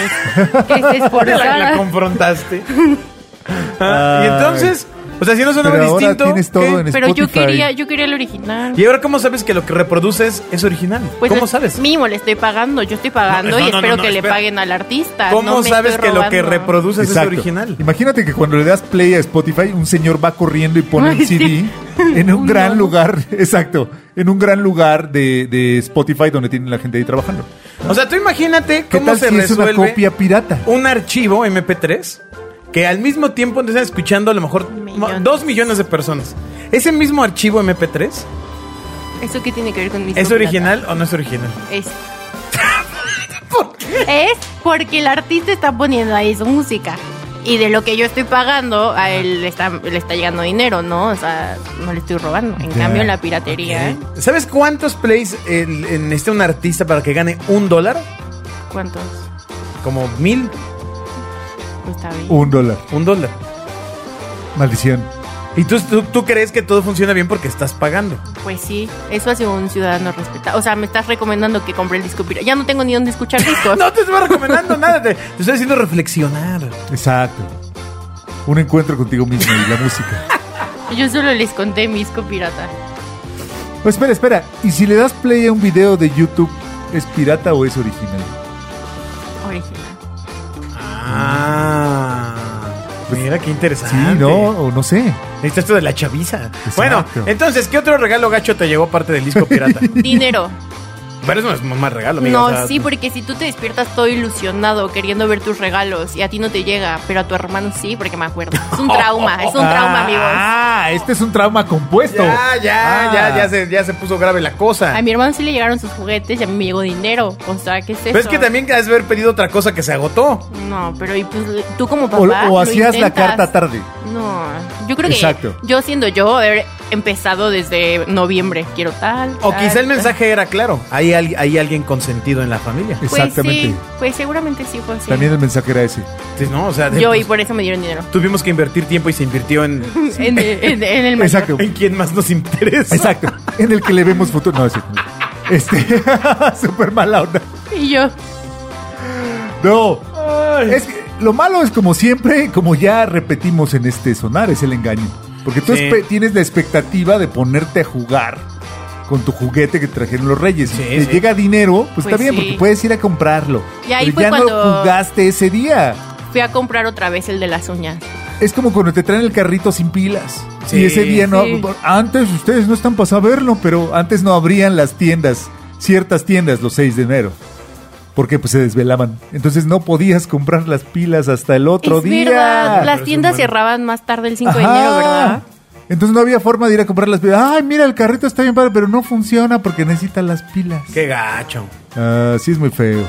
Speaker 4: que se esforzara.
Speaker 2: La, la confrontaste. Ah, y
Speaker 3: Ay.
Speaker 2: entonces, o sea, si no sonaba
Speaker 3: Pero ahora
Speaker 2: distinto.
Speaker 3: tienes todo
Speaker 2: ¿qué?
Speaker 3: en
Speaker 4: Pero yo
Speaker 3: Spotify.
Speaker 4: quería, yo quería el original.
Speaker 2: ¿Y ahora cómo sabes que lo que reproduces es original?
Speaker 4: Pues
Speaker 2: ¿Cómo
Speaker 4: es
Speaker 2: sabes?
Speaker 4: Mínimo, le estoy pagando. Yo estoy pagando
Speaker 2: No, no,
Speaker 4: y
Speaker 2: no,
Speaker 4: espero
Speaker 2: no,
Speaker 4: que
Speaker 2: espera.
Speaker 4: le paguen al artista.
Speaker 2: ¿Cómo
Speaker 4: no me
Speaker 2: sabes
Speaker 4: estoy
Speaker 2: que lo que
Speaker 4: robando.
Speaker 2: reproduces
Speaker 3: Exacto.
Speaker 2: Pues es original?
Speaker 3: Imagínate que cuando le das play a Spotify, un señor va corriendo y pone
Speaker 4: Ay,
Speaker 3: el CD
Speaker 4: sí.
Speaker 3: en un
Speaker 4: Un
Speaker 3: gran
Speaker 4: nodo.
Speaker 3: lugar, exacto, en un gran lugar de, de Spotify donde tiene la gente ahí trabajando.
Speaker 2: O sea, tú imagínate
Speaker 3: ¿Qué
Speaker 2: cómo
Speaker 3: tal
Speaker 2: se
Speaker 3: si es
Speaker 2: resuelve
Speaker 3: una copia pirata?
Speaker 2: un archivo MP3 que al mismo tiempo te están escuchando a lo mejor
Speaker 4: Millones.
Speaker 2: dos millones de personas. ¿Ese mismo archivo MP3
Speaker 4: ¿Eso qué tiene que ver con mi
Speaker 2: es
Speaker 4: soplata?
Speaker 2: original o no es original?
Speaker 4: Es. Es porque el artista está poniendo ahí su música. Y de lo que yo estoy pagando, a él le está, le está llegando dinero, ¿no? O sea, no le estoy robando. En
Speaker 3: Ya.
Speaker 4: cambio, la piratería, ¿eh?
Speaker 2: ¿Sabes cuántos plays en- en- necesita un artista para que gane un dólar?
Speaker 4: ¿cuántos?
Speaker 2: Como mil,
Speaker 4: Pues está bien.
Speaker 3: Un dólar.
Speaker 2: un dólar.
Speaker 3: Maldición.
Speaker 2: Y tú, tú, tú crees que todo funciona bien porque estás pagando.
Speaker 4: Pues sí, eso hace un ciudadano respetado. O sea, me estás recomendando que compre el disco pirata. Ya no tengo ni dónde escuchar discos.
Speaker 2: No te estoy recomendando nada, te, te estoy haciendo reflexionar.
Speaker 3: Exacto. Un encuentro contigo mismo y la música.
Speaker 4: Yo solo les conté mi disco pirata.
Speaker 3: Pues espera, espera. ¿Y si le das play a un video de YouTube, es pirata o es original?
Speaker 4: Original.
Speaker 2: Ah, mira qué interesante.
Speaker 3: Sí, no, o no sé.
Speaker 2: Necesitas esto de la chaviza. Bueno, entonces, ¿qué otro regalo gacho te llegó aparte del disco pirata?
Speaker 4: Dinero.
Speaker 2: Pero eso no es un mal regalo, amiga.
Speaker 4: no,
Speaker 2: o sea,
Speaker 4: sí, porque si tú te despiertas todo ilusionado queriendo ver tus regalos y a ti no te llega, pero a tu hermano sí, porque me acuerdo. Es un trauma, es un trauma, amigos.
Speaker 3: Ah, este es un trauma compuesto.
Speaker 2: Ya, ya,
Speaker 3: Ah.
Speaker 2: ya, ya se, ya se puso grave la cosa.
Speaker 4: A mi hermano sí le llegaron sus juguetes y a mí me llegó dinero. O sea, ¿qué es eso?
Speaker 2: Pero es que también has de haber pedido otra cosa que se agotó.
Speaker 4: No, pero y pues tú como
Speaker 3: O,
Speaker 4: papá.
Speaker 3: o
Speaker 4: lo
Speaker 3: hacías la
Speaker 4: intentas.
Speaker 3: carta tarde.
Speaker 4: No, yo creo que
Speaker 3: Exacto.
Speaker 4: yo siendo yo haber empezado desde noviembre, quiero tal.
Speaker 2: O
Speaker 4: tal,
Speaker 2: quizá el
Speaker 4: tal.
Speaker 2: mensaje era claro. Hay, al- hay alguien consentido en la familia.
Speaker 4: Pues
Speaker 3: Exactamente.
Speaker 4: sí, pues seguramente sí fue así.
Speaker 3: También el mensaje era ese.
Speaker 2: Sí, ¿no? O sea, de-
Speaker 4: yo y por eso me dieron dinero.
Speaker 2: tuvimos que invertir tiempo y se invirtió en,
Speaker 4: En, en- en el mayor.
Speaker 3: Exacto.
Speaker 2: en quien más nos interesa.
Speaker 3: Exacto. En el que le vemos futuro. No, ese. Este. Súper mala onda.
Speaker 4: Y yo,
Speaker 3: No.
Speaker 2: Ay.
Speaker 3: Es que lo malo es como siempre, como ya repetimos en este sonar, es el engaño. Porque tú
Speaker 2: Sí.
Speaker 3: espe- tienes la expectativa de ponerte a jugar con tu juguete que trajeron los reyes.
Speaker 2: Sí,
Speaker 3: si te
Speaker 2: sí.
Speaker 3: llega dinero, pues,
Speaker 4: Pues
Speaker 3: está bien,
Speaker 4: sí.
Speaker 3: porque puedes ir a comprarlo.
Speaker 4: Y ahí
Speaker 3: pero ya
Speaker 4: fue
Speaker 3: no
Speaker 4: cuando-
Speaker 3: jugaste ese día.
Speaker 4: fui a comprar otra vez el de las uñas.
Speaker 3: Es como cuando te traen el carrito sin pilas.
Speaker 2: Sí.
Speaker 3: y ese día no.
Speaker 4: Sí.
Speaker 3: Antes ustedes no están para saberlo, pero antes no abrían las tiendas, ciertas tiendas, los 6 de enero. Porque pues se desvelaban. Entonces no podías comprar las pilas hasta el otro
Speaker 4: es
Speaker 3: día.
Speaker 4: verdad,
Speaker 2: Pero es
Speaker 4: las
Speaker 2: un
Speaker 4: tiendas
Speaker 2: buen-
Speaker 4: cerraban más tarde el 5 de
Speaker 3: Ajá.
Speaker 4: enero, ¿verdad?
Speaker 3: Entonces no había forma de ir a comprar las pilas. Ay, mira, el carrito está bien padre, pero no funciona porque necesita las pilas.
Speaker 2: Qué gacho.
Speaker 3: Ah, sí, es muy feo.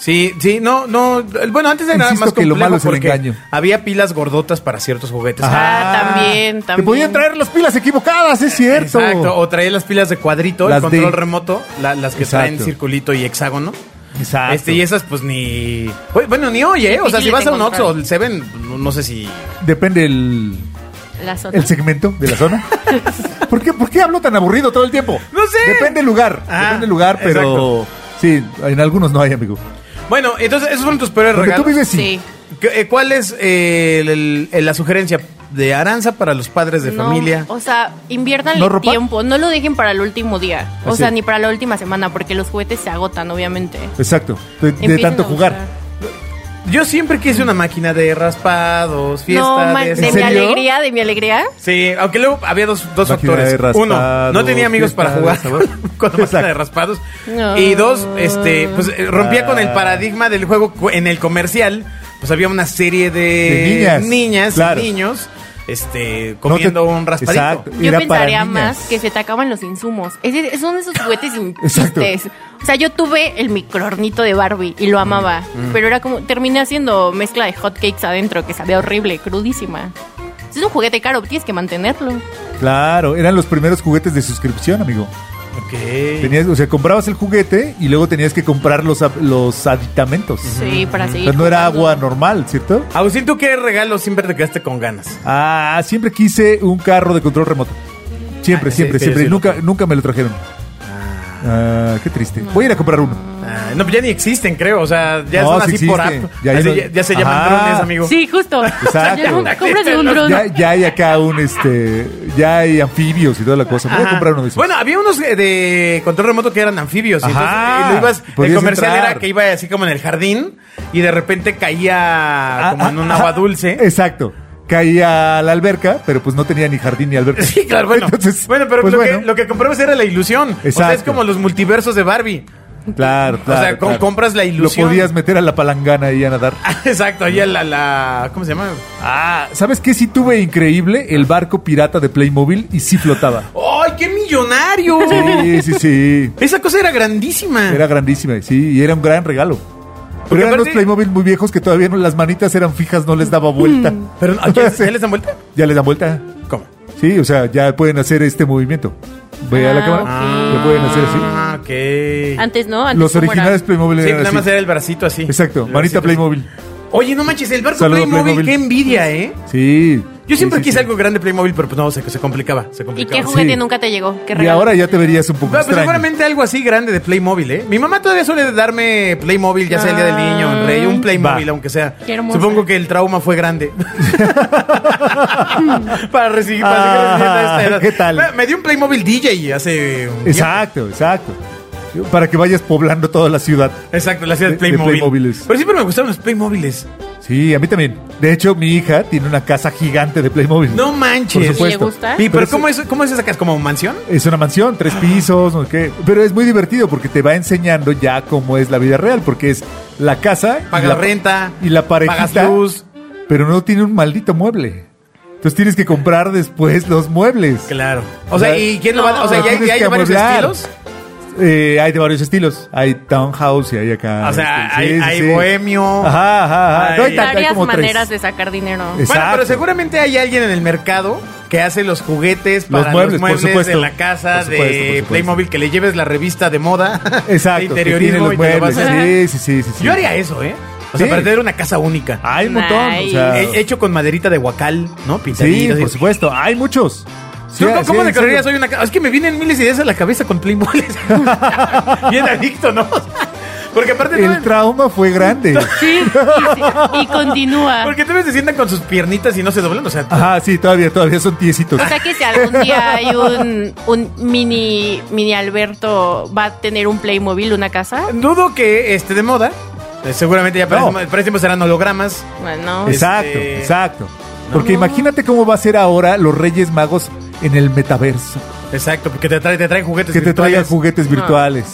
Speaker 2: Sí, sí, no, no. Bueno, antes era
Speaker 3: Insisto
Speaker 2: más
Speaker 3: que
Speaker 2: complejo
Speaker 3: lo malo es el
Speaker 2: porque
Speaker 3: engaño.
Speaker 2: había pilas gordotas para ciertos juguetes.
Speaker 4: Ah, también,
Speaker 3: Te
Speaker 4: también.
Speaker 3: podían traer las pilas equivocadas, es cierto.
Speaker 2: Exacto, o traía las pilas de cuadrito,
Speaker 3: Las
Speaker 2: el control
Speaker 3: de-
Speaker 2: remoto, la- las que
Speaker 3: Exacto.
Speaker 2: traen circulito y hexágono.
Speaker 3: Exacto.
Speaker 2: Este, y esas, pues ni. Oye, Bueno, ni oye, ¿eh? O sea, si
Speaker 4: Difíciles
Speaker 2: vas
Speaker 4: de
Speaker 2: a un Oxxo
Speaker 4: encontrar.
Speaker 2: o el Seven, no- no sé si.
Speaker 3: Depende el,
Speaker 4: Las otras.
Speaker 3: el segmento de la zona. ¿Por qué, por qué hablo tan aburrido todo el tiempo?
Speaker 2: No sé.
Speaker 3: Depende el lugar.
Speaker 2: Ah,
Speaker 3: depende el lugar, pero. Sí, en algunos no hay, amigo.
Speaker 2: Bueno, entonces, esos fueron tus peores
Speaker 3: Donde tú
Speaker 2: regalos.
Speaker 3: vives, sí.
Speaker 4: Sí.
Speaker 2: ¿Qué- eh, ¿Cuál es eh, el- el- la sugerencia de Aranza para los padres de
Speaker 4: No,
Speaker 2: familia?
Speaker 4: O sea, inviertan
Speaker 3: ¿No
Speaker 4: el
Speaker 3: ropa?
Speaker 4: tiempo, no lo dejen para el último día. O
Speaker 3: Así
Speaker 4: sea,
Speaker 3: es.
Speaker 4: ni para la última semana, porque los juguetes se agotan, obviamente.
Speaker 3: Exacto. De, de
Speaker 4: Empiecen
Speaker 3: tanto
Speaker 4: a
Speaker 3: jugar.
Speaker 4: buscar.
Speaker 2: Yo siempre quise una máquina de raspados, fiesta
Speaker 4: no, man,
Speaker 2: de
Speaker 4: de
Speaker 2: esas.
Speaker 4: mi
Speaker 3: serio?
Speaker 4: alegría, de mi alegría.
Speaker 2: Sí, aunque luego había dos, dos
Speaker 3: Máquina
Speaker 2: factores.
Speaker 3: de
Speaker 2: Uno,
Speaker 3: raspados,
Speaker 2: no tenía amigos para
Speaker 3: fiesta de
Speaker 2: jugar
Speaker 3: sabor.
Speaker 2: con la máquina
Speaker 3: Exacto.
Speaker 2: de raspados.
Speaker 4: No.
Speaker 2: Y dos, este, pues eh, rompía con
Speaker 3: Ah.
Speaker 2: el paradigma del juego cu- en el comercial. Pues había una serie de,
Speaker 3: De niñas,
Speaker 2: niñas y
Speaker 3: claro.
Speaker 2: niños este,
Speaker 3: No te-
Speaker 2: comiendo un raspadito.
Speaker 3: Exacto.
Speaker 4: Yo
Speaker 3: Era para
Speaker 4: pensaría
Speaker 3: niñas.
Speaker 4: más que se te acaban los insumos. Ese, son esos juguetes sin
Speaker 3: Exacto.
Speaker 4: chistes. O sea, yo tuve el microornito de Barbie y lo amaba.
Speaker 3: Mm.
Speaker 4: Pero era como, terminé haciendo mezcla de hotcakes adentro, que sabía horrible, crudísima. Es un juguete caro, tienes que mantenerlo.
Speaker 3: Claro, eran los primeros juguetes de suscripción, amigo.
Speaker 2: Ok.
Speaker 3: Tenías, o sea, comprabas el juguete y luego tenías que comprar los, ap- los aditamentos.
Speaker 4: Sí, para
Speaker 3: O
Speaker 4: seguir.
Speaker 3: sea, Mm. no era
Speaker 4: jugando.
Speaker 3: agua normal, ¿cierto?
Speaker 2: Agustín, ¿tú qué regalo siempre te quedaste con ganas?
Speaker 3: Ah, siempre quise un carro de control remoto. Siempre,
Speaker 2: Ah, sí,
Speaker 3: siempre,
Speaker 2: sí,
Speaker 3: siempre.
Speaker 2: sí, lo
Speaker 3: nunca, nunca me lo trajeron. Ah, qué triste. Voy a ir a comprar uno.
Speaker 2: Ah, no, pues ya ni existen, creo. O sea, ya
Speaker 3: No,
Speaker 2: son
Speaker 3: sí
Speaker 2: así por app.
Speaker 3: existe. Ya
Speaker 2: Ya,
Speaker 3: hay
Speaker 2: Así
Speaker 3: uno-
Speaker 2: ya- ya se llaman
Speaker 3: Ajá.
Speaker 2: drones, amigo.
Speaker 4: Sí, justo.
Speaker 3: Exacto.
Speaker 4: Ya, no, Cómprate un dron.
Speaker 3: Ya, ya hay acá un, este, ya hay anfibios y toda la cosa. Voy a
Speaker 2: Ajá.
Speaker 3: comprar uno de esos.
Speaker 2: Bueno, había unos eh, de control remoto que eran anfibios. y
Speaker 3: Ajá.
Speaker 2: entonces, eh, lo ibas- el
Speaker 3: Podías
Speaker 2: comercial
Speaker 3: entrar.
Speaker 2: era que iba así como en el jardín y de repente caía
Speaker 3: Ah,
Speaker 2: como en
Speaker 3: ah,
Speaker 2: un
Speaker 3: ajá.
Speaker 2: agua dulce.
Speaker 3: Exacto. Caía a la alberca, pero pues no tenía ni jardín ni alberca.
Speaker 2: Sí, claro, bueno.
Speaker 3: Entonces,
Speaker 2: bueno, pero
Speaker 3: pues
Speaker 2: lo,
Speaker 3: bueno.
Speaker 2: Que, lo que comprabas era la ilusión. O sea, es
Speaker 3: Exacto.
Speaker 2: como los multiversos de Barbie.
Speaker 3: Claro, claro.
Speaker 2: o sea, com-
Speaker 3: claro.
Speaker 2: compras la ilusión.
Speaker 3: Lo podías meter a la palangana y a nadar.
Speaker 2: Exacto, ahí a la, la- ¿Cómo se llama?
Speaker 3: Ah, ¿sabes qué? Sí tuve increíble el barco pirata de Playmobil y sí flotaba.
Speaker 2: ¡Ay, qué millonario!
Speaker 3: Sí, sí, sí.
Speaker 2: Esa cosa era grandísima.
Speaker 3: Era grandísima, sí, y era un gran regalo.
Speaker 2: Porque
Speaker 3: Pero eran los
Speaker 2: aparte-
Speaker 3: Playmobil muy viejos que todavía no, las manitas eran fijas, no les daba vuelta.
Speaker 2: Mm. Pero ¿a quién- ¿ya les dan vuelta?
Speaker 3: Ya les dan vuelta.
Speaker 2: ¿Cómo?
Speaker 3: Sí, o sea, ya pueden hacer este movimiento. Ve a la
Speaker 4: Ah,
Speaker 3: cámara.
Speaker 4: ok.
Speaker 3: Ya pueden hacer así.
Speaker 2: Ah, ok.
Speaker 4: Antes no, antes
Speaker 3: Los
Speaker 4: ¿cómo era?
Speaker 3: originales Playmobil
Speaker 2: Sí,
Speaker 3: eran
Speaker 2: nada más
Speaker 3: así.
Speaker 2: era el bracito así.
Speaker 3: Exacto,
Speaker 2: El
Speaker 3: manita
Speaker 2: bracito
Speaker 3: Playmobil.
Speaker 2: Oye, no manches, el barco
Speaker 3: Saludo,
Speaker 2: Playmobil,
Speaker 3: Playmobil.
Speaker 2: qué envidia, ¿eh?
Speaker 3: Sí.
Speaker 2: Yo siempre
Speaker 3: Sí, sí,
Speaker 2: quise
Speaker 3: sí.
Speaker 2: algo grande Playmobil, pero pues no, se, se complicaba, se
Speaker 4: ¿Y qué
Speaker 2: complicaba.
Speaker 3: ju-
Speaker 4: juguete
Speaker 3: Sí.
Speaker 4: nunca te llegó? ¿Qué
Speaker 3: Y
Speaker 4: regalo?
Speaker 3: ahora ya te verías un
Speaker 2: No,
Speaker 3: poco
Speaker 2: pues
Speaker 3: extraño.
Speaker 2: seguramente algo así grande de Playmobil, ¿eh? Mi mamá todavía suele darme Playmobil, ya sea el día del niño, el rey, un Playmobil,
Speaker 3: Va.
Speaker 2: aunque sea.
Speaker 4: Ah. Qué hermosa.
Speaker 2: Supongo que el trauma fue grande. para recibir, para seguir recibiendo
Speaker 3: Ah,
Speaker 2: a esta edad.
Speaker 3: ¿qué tal?
Speaker 2: Me- Me dio un Playmobil DJ hace. un tiempo.
Speaker 3: Exacto, exacto. Para que vayas poblando toda la ciudad.
Speaker 2: Exacto, la ciudad de
Speaker 3: De- de
Speaker 2: Playmobil.
Speaker 3: Playmobiles.
Speaker 2: Pero siempre me gustaron los Playmobiles.
Speaker 3: Sí, a mí también. De hecho, mi hija tiene una casa gigante de Playmobil.
Speaker 2: No manches.
Speaker 3: Por
Speaker 4: ¿Y le
Speaker 3: supuesto.
Speaker 4: gusta?
Speaker 2: Sí, pero
Speaker 3: Pero
Speaker 2: ¿cómo Ah. es, ¿cómo es esa casa? ¿Como mansión?
Speaker 3: Es una mansión, tres pisos, no sé qué. Pero es muy divertido porque te va enseñando ya cómo es la vida real, porque es la casa. y
Speaker 2: Pagas
Speaker 3: la-
Speaker 2: renta.
Speaker 3: Y la parejita.
Speaker 2: Pagas luz.
Speaker 3: Pero no tiene un maldito mueble. Entonces tienes que comprar después los muebles.
Speaker 2: Claro. O sea, ¿y quién lo va a.? O sea,
Speaker 3: No,
Speaker 2: ¿ya,
Speaker 3: tienes
Speaker 2: ya hay
Speaker 3: que
Speaker 2: varios
Speaker 3: amueblar.
Speaker 2: estilos?
Speaker 3: Eh, hay de varios estilos. Hay townhouse y hay acá.
Speaker 2: O sea,
Speaker 3: este,
Speaker 2: hay,
Speaker 3: sí, sí,
Speaker 2: hay
Speaker 3: sí.
Speaker 2: bohemio.
Speaker 3: Ajá, ajá, ajá. No,
Speaker 2: Hay
Speaker 3: hay, tanto, hay
Speaker 4: Varias
Speaker 3: como tres.
Speaker 4: maneras de sacar dinero.
Speaker 3: Es-
Speaker 2: Bueno, pero
Speaker 3: Exacto.
Speaker 2: seguramente hay alguien en el mercado que hace los juguetes para los
Speaker 3: Los
Speaker 2: muebles,
Speaker 3: muebles, por
Speaker 2: de
Speaker 3: supuesto.
Speaker 2: la casa
Speaker 3: Por supuesto,
Speaker 2: de
Speaker 3: por supuesto.
Speaker 2: Playmobil, que le lleves la revista de moda, de
Speaker 3: Exacto. que tiene
Speaker 2: interiorismo
Speaker 3: los
Speaker 2: y te lo vas
Speaker 3: muebles.
Speaker 2: a-
Speaker 3: Sí, sí, sí, sí, sí.
Speaker 2: Yo haría eso, ¿eh? O sea,
Speaker 3: Sí.
Speaker 2: para tener una casa única.
Speaker 3: Hay un montón. o
Speaker 4: Nice.
Speaker 3: sea,
Speaker 2: He- Hecho con maderita de huacal, ¿no?
Speaker 3: sí,
Speaker 2: Pintadito.
Speaker 3: por
Speaker 2: así.
Speaker 3: supuesto. Hay muchos. Sí,
Speaker 2: ¿Tú cómo-
Speaker 3: sí,
Speaker 2: ¿Cómo
Speaker 3: en
Speaker 2: decorarías
Speaker 3: serio.
Speaker 2: hoy una casa? Es que me vienen miles de ideas a la cabeza con Playmobil. Bien adicto, ¿no? Porque aparte no
Speaker 3: El trauma fue grande.
Speaker 4: Sí, y, y continúa.
Speaker 2: Porque tal vez se sientan con sus piernitas y no se doblan. O sea,
Speaker 3: Ajá, sí, todavía, todavía son tiesitos.
Speaker 4: O sea que si algún día hay un, un mini mini Alberto va a tener un Playmobil, una casa,
Speaker 2: dudo que esté de moda. Eh, seguramente ya para,
Speaker 3: No.
Speaker 2: este- para este tiempo serán hologramas.
Speaker 4: bueno,
Speaker 2: Es-
Speaker 3: Exacto,
Speaker 2: este-
Speaker 3: exacto. Porque imagínate cómo va a ser ahora los Reyes Magos en el metaverso.
Speaker 2: Exacto, porque te, trae, te traen juguetes.
Speaker 3: Que te traigan
Speaker 2: virtuales.
Speaker 3: juguetes virtuales.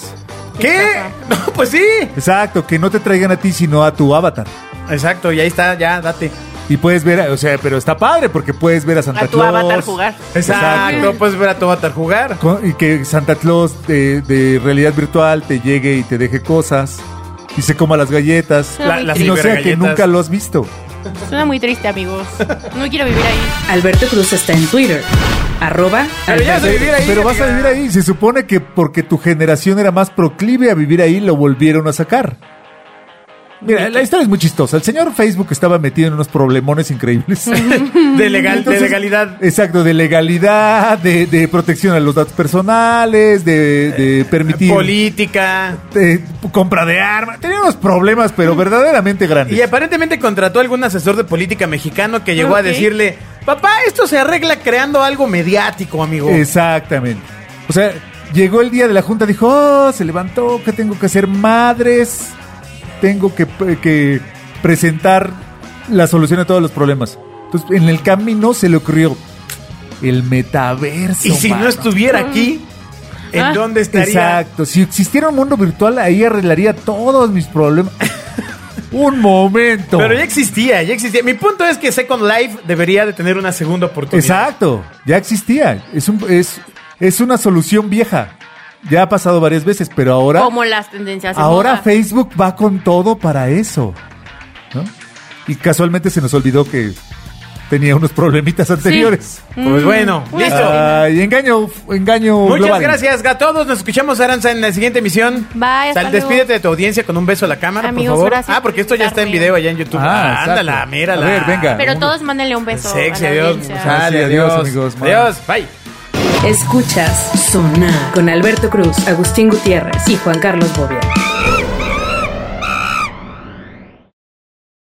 Speaker 2: ¿Qué? No, pues sí.
Speaker 3: Exacto, que no te traigan a ti, sino a tu avatar.
Speaker 2: Exacto, y ahí está, ya, date.
Speaker 3: Y puedes ver, a- o sea, pero está padre porque puedes ver a Santa
Speaker 4: a tu
Speaker 3: Claus.
Speaker 4: avatar jugar.
Speaker 2: Exacto,
Speaker 3: Exacto.
Speaker 2: puedes ver a tu avatar jugar.
Speaker 3: Co- Y que Santa Claus de, de realidad virtual te llegue y te deje cosas y se coma las galletas.
Speaker 4: La- las
Speaker 3: y no sea que
Speaker 2: cibergalletas.
Speaker 3: nunca lo has visto.
Speaker 4: Suena muy triste, amigos. No quiero vivir ahí.
Speaker 1: Alberto Cruz está en Twitter. Arroba
Speaker 2: Pero ya
Speaker 1: Alberto-
Speaker 2: se vivir ahí,
Speaker 3: Pero vas a
Speaker 2: amiga.
Speaker 3: vivir ahí. Se supone que porque tu generación era más proclive a vivir ahí, lo volvieron a sacar. Mira,
Speaker 2: eh,
Speaker 3: la historia es muy chistosa. El señor Facebook estaba metido en unos problemones increíbles.
Speaker 2: De, legal,
Speaker 3: Entonces,
Speaker 2: de legalidad.
Speaker 3: Exacto, de legalidad, de, de protección a los datos personales, de, de permitir
Speaker 2: Política.
Speaker 3: de compra de armas. Tenía unos problemas, pero verdaderamente grandes.
Speaker 2: Mm. Y aparentemente contrató a algún asesor de política mexicano que llegó a
Speaker 4: Ok.
Speaker 2: decirle, papá, esto se arregla creando algo mediático, amigo.
Speaker 3: Exactamente. O sea, llegó el día de la junta, dijo, "Oh, se levantó, que tengo que hacer madres, tengo que, que presentar la solución a todos los problemas. Entonces, en el camino se le ocurrió el metaverso.
Speaker 2: y si no
Speaker 3: mano.
Speaker 2: estuviera aquí, ¿en
Speaker 4: Ah.
Speaker 2: dónde estaría?
Speaker 3: Exacto, si existiera un mundo virtual, ahí arreglaría todos mis problemas. un momento.
Speaker 2: Pero ya existía, ya existía. Mi punto es que Second Life debería de tener una segunda oportunidad.
Speaker 3: Exacto, ya existía. Es, un, es, es una solución vieja. Ya ha pasado varias veces, pero ahora,
Speaker 4: Como las tendencias. de
Speaker 3: ahora
Speaker 4: moda.
Speaker 3: Facebook va con todo para eso. ¿no? Y casualmente se nos olvidó que tenía unos problemitas anteriores.
Speaker 4: Mm.
Speaker 2: Pues bueno, listo.
Speaker 3: Ay, engaño, engaño.
Speaker 2: Muchas
Speaker 3: global.
Speaker 2: gracias a todos. Nos escuchamos, Aranza, en la siguiente emisión.
Speaker 4: Bye, hasta
Speaker 2: Sal,
Speaker 4: luego.
Speaker 2: despídete de tu audiencia con un beso a la cámara,
Speaker 4: Amigos,
Speaker 2: por favor.
Speaker 4: gracias
Speaker 2: ah, porque
Speaker 4: por
Speaker 2: esto ya está en
Speaker 4: invitarme.
Speaker 2: video allá en YouTube.
Speaker 3: Ah,
Speaker 2: Ah,
Speaker 3: exacto.
Speaker 2: ándala, mírala.
Speaker 3: A ver, venga.
Speaker 4: Pero pues, todos mándenle un beso.
Speaker 2: Sexy,
Speaker 4: a la
Speaker 2: adiós.
Speaker 4: audiencia.
Speaker 2: Sale,
Speaker 3: Adiós,
Speaker 2: adiós,
Speaker 3: amigos.
Speaker 2: Adiós, bye.
Speaker 1: Escuchas Sonar con Alberto Cruz, Agustín Gutiérrez y Juan Carlos Bobia.